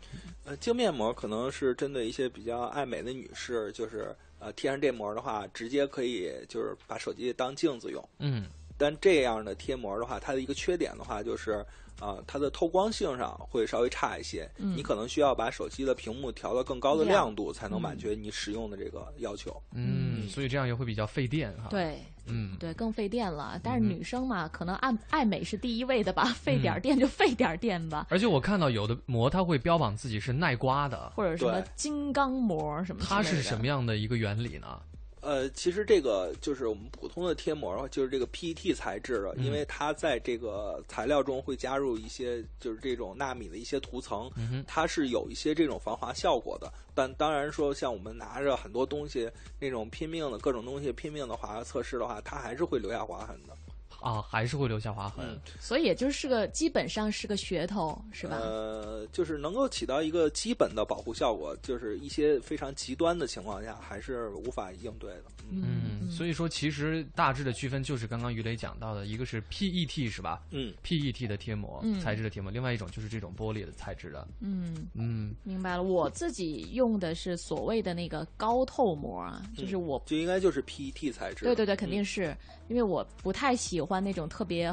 呃，镜面膜可能是针对一些比较爱美的女士，就是呃贴上这膜的话，直接可以就是把手机当镜子用。
嗯
但这样的贴膜的话，它的一个缺点的话就是，呃，它的透光性上会稍微差一些。
嗯
你可能需要把手机的屏幕调到更高的
亮嗯
亮度，才能满足你使用的这个要求。
嗯，所以这样也会比较费电哈。，
对
嗯，
啊对，更费电了。但是
嗯
女生嘛，可能爱爱美是第一位的吧，费点儿电就费点儿电吧，
而且我看到有的膜它会标榜自己是耐刮的，
或者什么
对
金刚膜什么之类的。
它是什么样的一个原理呢？
呃，其实这个就是我们普通的贴膜的话，就是这个 PET 材质了，
嗯
因为它在这个材料中会加入一些就是这种纳米的一些涂层，
嗯哼
它是有一些这种防滑效果的。但当然说，像我们拿着很多东西那种拼命的各种东西拼命的划测试的话，它还是会留下划痕的，
啊，还是会留下划痕。
嗯
所以也就是个基本上是个噱头，是吧？
呃，就是能够起到一个基本的保护效果，就是一些非常极端的情况下还是无法应对的。嗯
嗯，所以说其实大致的区分就是刚刚于雷讲到的，一个是 PET 是吧
嗯，
？PET 的贴膜、
嗯
材质的贴膜，另外一种就是这种玻璃的材质的。
嗯，
嗯，
明白了。我自己用的是所谓的那个高透膜啊，
嗯
就是我
就应该就是 PET 材质。
对对对，肯定是、因为我不太喜欢那种特别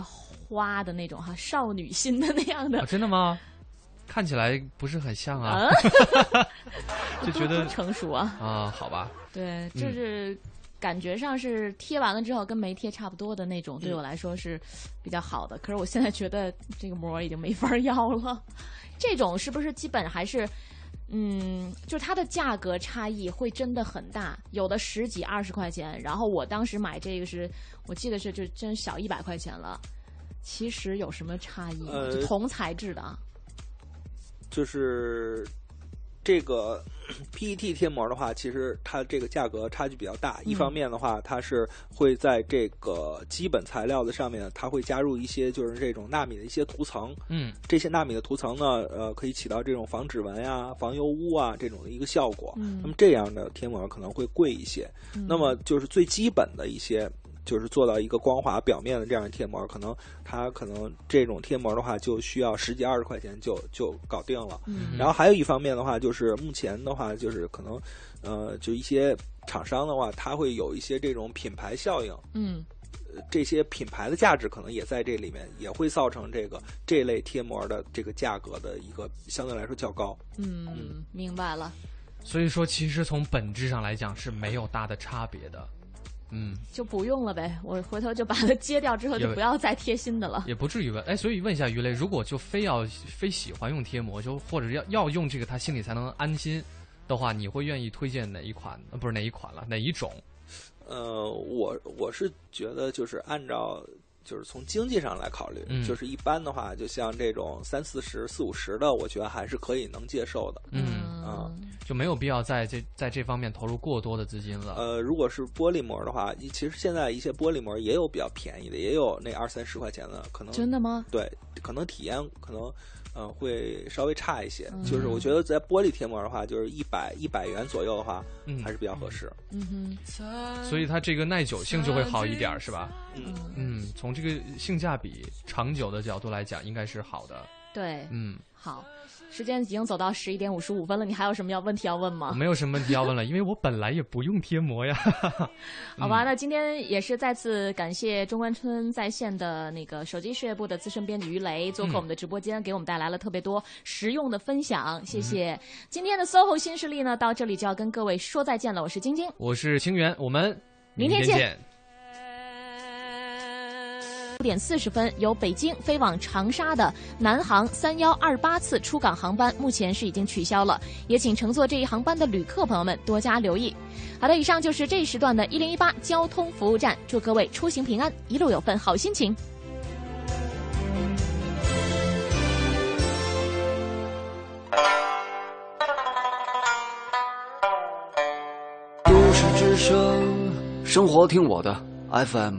花的那种哈少女心的那样的
啊，，真的吗？看起来不是很像啊， 就觉得
不成熟啊。
啊，好吧，
对，就是感觉上是贴完了之后跟没贴差不多的那种，对我来说是比较好的。可是我现在觉得这个膜已经没法儿要了，这种是不是基本还是？嗯，就是它的价格差异会真的很大，有的十几二十块钱，然后我当时买这个是，我记得是就真小一百块钱了。其实有什么差异吗？
呃
就同材质的啊，
就是这个 PET 贴膜的话，其实它这个价格差距比较大。一方面的话，它是会在这个基本材料的上面，它会加入一些就是这种纳米的一些涂层。
嗯
这些纳米的涂层呢，呃，可以起到这种防指纹呀、防油污啊这种的一个效果。
嗯
那么这样的贴膜可能会贵一些。那么就是最基本的一些，就是做到一个光滑表面的这样的贴膜，可能它可能这种贴膜的话，就需要十几二十块钱就就搞定了。
嗯
然后还有一方面的话，就是目前的话，就是可能，呃，就一些厂商的话，它会有一些这种品牌效应，
嗯
呃这些品牌的价值可能也在这里面，也会造成这个这类贴膜的这个价格的一个相对来说较高。
嗯，明白了。
所以说其实从本质上来讲是没有大的差别的。嗯，
就不用了呗，我回头就把它揭掉之后，
也
就不要再贴新的了。
也不至于问，哎，所以问一下于雷，如果就非要非喜欢用贴膜，就或者要要用这个，他心里才能安心的话，你会愿意推荐哪一款？呃，不是哪一款了，哪一种？
呃，我我是觉得就是按照就是从经济上来考虑，
嗯
就是一般的话，就像这种三四十、四五十的，我觉得还是可以能接受的。
嗯，
啊
就没有必要在这在这方面投入过多的资金了。
呃，如果是玻璃膜的话，一其实现在一些玻璃膜也有比较便宜的，也有那二三十块钱的，可能
真的吗？
对，可能体验可能呃会稍微差一些。
嗯
就是我觉得在玻璃贴膜的话，就是一百一百元左右的话，
嗯
还是比较合适。
嗯哼，
所以它这个耐久性就会好一点儿，是吧？
嗯
嗯，从这个性价比长久的角度来讲，应该是好的。
对，
嗯，
好，时间已经走到十一点五十五分了，你还有什么要问题要问
我
吗？
没有什么问题要问了，因为我本来也不用贴膜呀。嗯
好吧，那今天也是再次感谢中关村在线的那个手机事业部的资深编辑于雷做客我们的直播间，给我们带来了特别多实用的分享，谢谢。
嗯
今天的 SOHO 新势力呢，到这里就要跟各位说再见了，我是晶晶。
我是清源，我们
明天见
见。
五点四十分，由北京飞往长沙的南航三幺二八次出港航班目前是已经取消了，也请乘坐这一航班的旅客朋友们多加留意。好的，以上就是这一时段的一零一八交通服务站，祝各位出行平安，一路有份好心情。
都市之声，生活听我的 FM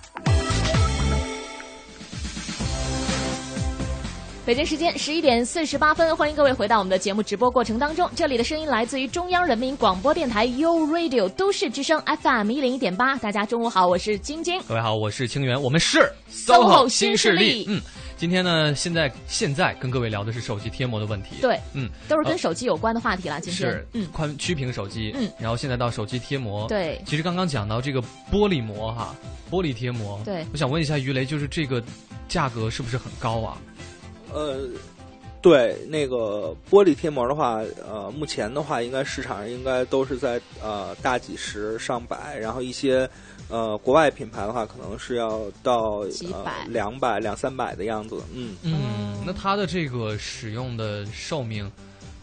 北京时间十一点四十八分，欢迎各位回到我们的节目直播过程当中。这里的声音来自于中央人民广播电台 u Radio 都市之声 FM 一零一点八。大家中午好，我是晶晶。
各位好，我是清源，我们是
SOHO
新势
新势力
嗯，今天呢，现在现在跟各位聊的是手机贴膜的问题。，
对，
嗯，
都是跟
呃
手机有关的话题啦。今天，
是
嗯，
宽曲屏手机，
嗯
然后现在到手机贴膜。
对
其实刚刚讲到这个玻璃膜哈，玻璃贴膜。
对
我想问一下于雷，就是这个价格是不是很高啊？
呃，对，那个玻璃贴膜的话，呃，目前的话，应该市场上应该都是在呃大几十、上百，然后一些呃国外品牌的话，可能是要到呃
几百
两百、两三百的样子。嗯，
嗯，那它的这个使用的寿命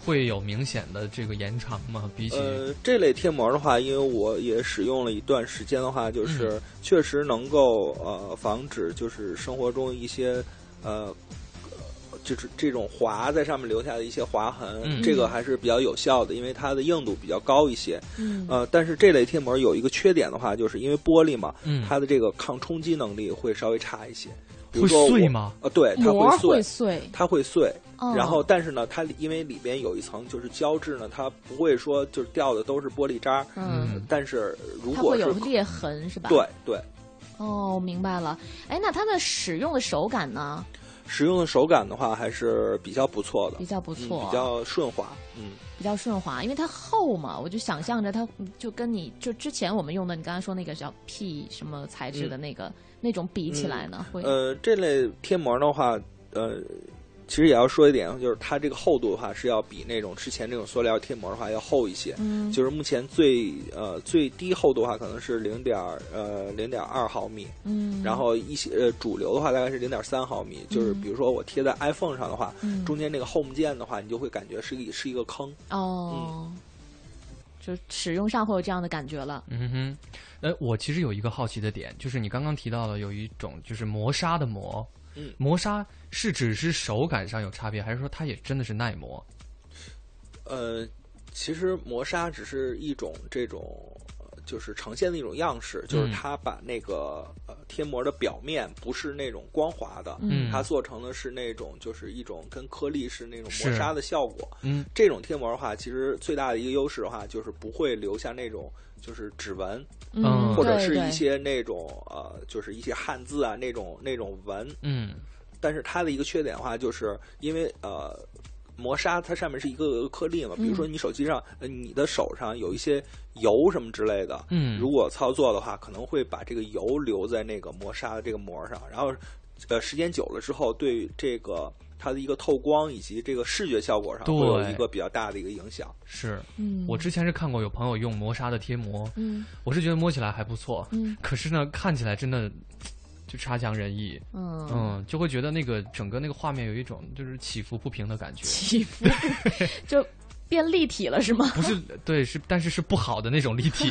会有明显的这个延长吗？比起
呃，这类贴膜的话，因为我也使用了一段时间的话，
嗯
就是确实能够呃防止就是生活中一些呃。就是这种划在上面留下的一些划痕，
嗯
这个还是比较有效的，因为它的硬度比较高一些。
嗯
呃，但是这类贴膜有一个缺点的话，就是因为玻璃嘛，
嗯
它的这个抗冲击能力会稍微差一些。比如
会
说我
碎吗？
呃，对，它
膜
碎，
碎，
它会碎。
哦
然后，但是呢，它里因为里边有一层就是胶质呢，它不会说就是掉的都是玻璃渣。
嗯，
嗯
但是如
它
果
会
是
有裂痕是吧？
对对，
哦，明白了。哎，那它的使用的手感呢，
使用的手感的话还是比较不错的
比，较不
嗯
错，
比较顺滑。嗯，
比较顺滑，因为它厚嘛，我就想象着它嗯就跟你就之前我们用的你刚才说那个叫 P 什么材质的那个、那种比起来呢，会
嗯呃，这类贴膜的话，呃，其实也要说一点，就是它这个厚度的话是要比那种之前这种塑料贴膜的话要厚一些。
嗯
就是目前最呃最低厚度的话，可能是零点呃零点二毫米，
嗯，
然后一些呃主流的话大概是零点三毫米。就是比如说我贴在 iPhone 上的话，
嗯
中间那个 Home 键的话，你就会感觉是一是一个坑。嗯
哦，就使用上会有这样的感觉了。
嗯哼，呃，我其实有一个好奇的点，就是你刚刚提到了有一种就是磨砂的磨，
嗯
磨砂是只是手感上有差别，还是说它也真的是耐磨？
呃，其实磨砂只是一种这种。呃就是呈现的一种样式，就是
嗯
它把那个呃贴膜的表面不是那种光滑的，
嗯
它做成的是那种就是一种跟颗粒是那种
是
磨砂的效果。
嗯，
这种贴膜的话，其实最大的一个优势的话，就是不会留下那种就是指纹，
嗯
或者
对
是
对
一些那种呃，就是一些汉字啊那种那种纹。
嗯
但是它的一个缺点的话，就是因为呃。磨砂它上面是一个个颗粒嘛，比如说
嗯
你手机上、呃你的手上有一些油什么之类的，
嗯
如果操作的话，可能会把这个油留在那个磨砂的这个膜上，然后呃时间久了之后，对这个它的一个透光以及这个视觉效果上
对
会有一个比较大的一个影响。
是
嗯
我之前是看过有朋友用磨砂的贴膜，
嗯
我是觉得摸起来还不错，
嗯
可是呢看起来真的就差强人意，
嗯，
嗯，就会觉得那个整个那个画面有一种就是起伏不平的感觉，
起伏 就变立体了是吗？
不是对是，但是是不好的那种立 体，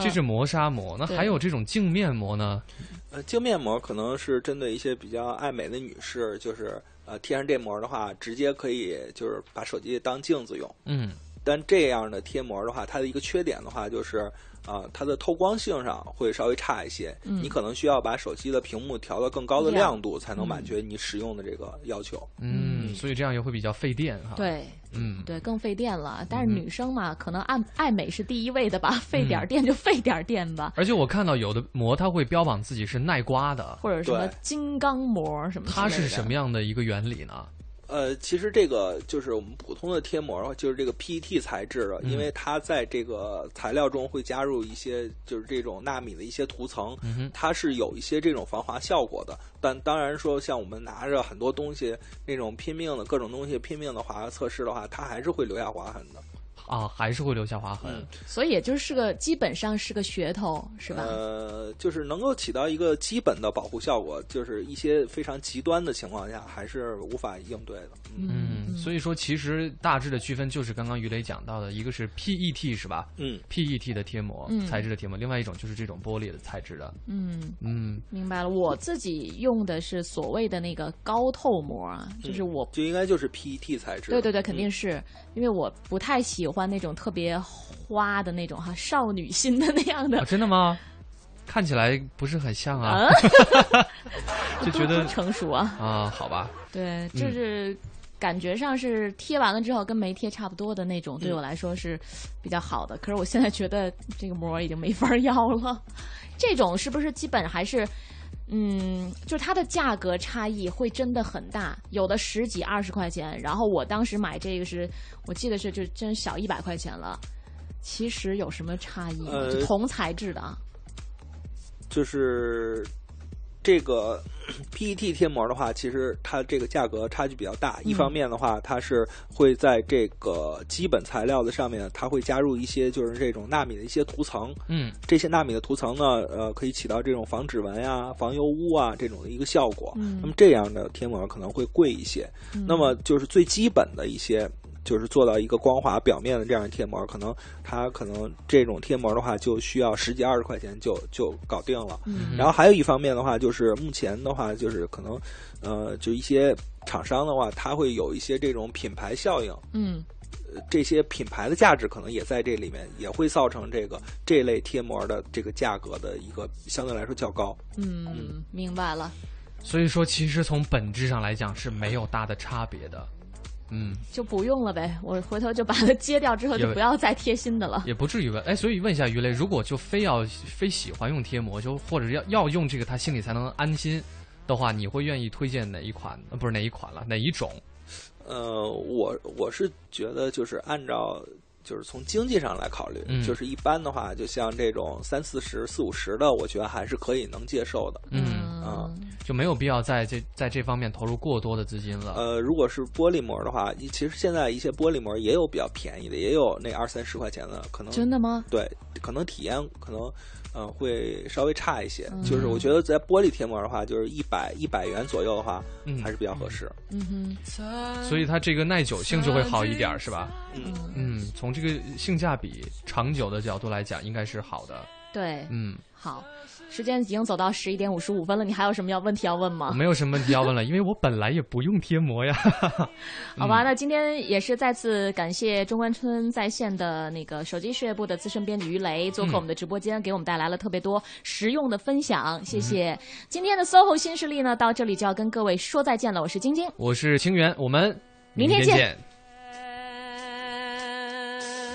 这是磨砂膜。那
对
还有这种镜面膜呢？
呃，镜面膜可能是针对一些比较爱美的女士，就是呃贴上这膜的话，直接可以就是把手机当镜子用。
嗯
但这样的贴膜的话，它的一个缺点的话就是，啊、它的透光性上会稍微差一些。你可能需要把手机的屏幕调到更高的亮度，才能满足你使用的这个要求。
嗯，所以这样也会比较费电哈。，
对
嗯，
对，更费电了。但是女生嘛，可能爱爱美是第一位的吧，
嗯
费点儿电就费点儿电吧，
而且我看到有的膜它会标榜自己是耐刮的，
或者什么
对
金刚膜什么之类的。
它是什么样的一个原理呢？
呃，其实这个就是我们普通的贴膜的话，就是这个 PET 材质了，因为它在这个材料中会加入一些就是这种纳米的一些涂层，它是有一些这种防滑效果的。但当然说，像我们拿着很多东西那种拼命的各种东西拼命的滑测试的话，它还是会留下划痕的。
啊，还是会留下划痕。
嗯
所以也就是个基本上是个噱头，是吧？
呃，就是能够起到一个基本的保护效果，就是一些非常极端的情况下还是无法应对的。嗯
嗯，所以说其实大致的区分就是刚刚于雷讲到的，一个是 PET 是吧？
嗯
，PET 的贴膜、
嗯
材质的贴膜，另外一种就是这种玻璃的材质的。
嗯，
嗯，
明白了。我自己用的是所谓的那个高透膜啊，
嗯
就是我。
就应该就是 PET 材质。
对对对，肯定
嗯
是、因为我不太喜欢那种特别花的那种哈少女心的那样的
啊，真的吗？看起来不是很像啊， 就觉
多
得
不 成熟啊。
啊，好吧，
对，就是感觉上是贴完了之后跟没贴差不多的那种，对我来说是比较好的。可是我现在觉得这个膜已经没法儿要了， 这种是不是基本还是？嗯，就是它的价格差异会真的很大，有的十几二十块钱，然后我当时买这个是，我记得是就真小一百块钱了。其实有什么差异吗？
呃
就同材质的啊，
就是这个 PET 贴膜的话，其实它这个价格差距比较大。一方面的话，它是会在这个基本材料的上面，它会加入一些就是这种纳米的一些涂层。
嗯
这些纳米的涂层呢，呃，可以起到这种防指纹呀、防油污啊这种的一个效果。
嗯
那么这样的贴膜可能会贵一些。那么就是最基本的一些，就是做到一个光滑表面的这样的贴膜，可能它可能这种贴膜的话，就需要十几二十块钱就就搞定了。
嗯
然后还有一方面的话，就是目前的话，就是可能，呃，就一些厂商的话，它会有一些这种品牌效应，
嗯
呃这些品牌的价值可能也在这里面，也会造成这个这类贴膜的这个价格的一个相对来说较高。
嗯，明白了。
所以说其实从本质上来讲是没有大的差别的。嗯，
就不用了呗，我回头就把它揭掉之后，
也
就不要再贴新的了。
也不至于问。哎，所以问一下鱼雷，如果就非要哎非喜欢用贴膜，就或者要要用这个，他心里才能安心的话，你会愿意推荐哪一款？呃不是哪一款了，哪一种？
呃，我我是觉得就是按照。就是从经济上来考虑，
嗯
就是一般的话，就像这种三四十、四五十的，我觉得还是可以能接受的。
嗯，
啊
就没有必要在这在这方面投入过多的资金了。
呃，如果是玻璃膜的话，一其实现在一些玻璃膜也有比较便宜的，也有那二三十块钱的，可能
真的吗？
对，可能体验可能呃会稍微差一些。
嗯
就是我觉得在玻璃贴膜的话，就是一百一百元左右的话，
嗯
还是比较合适。
嗯哼，
所以它这个耐久性就会好一点儿，是吧？
嗯，
嗯，从这个性价比长久的角度来讲，应该是好的。
对，
嗯，
好，时间已经走到十一点五十五分了，你还有什么要问题要问吗
我？没有什么问题要问了，因为我本来也不用贴膜呀。
好吧，那今天也是再次感谢中关村在线的那个手机事业部的资深编辑于雷做客我们的直播间，给我们带来了特别多实用的分享，谢
嗯
谢。今天的 SOHO 新势力呢，到这里就要跟各位说再见了，我是晶晶，
我是清源，我们
明天
天
见
见。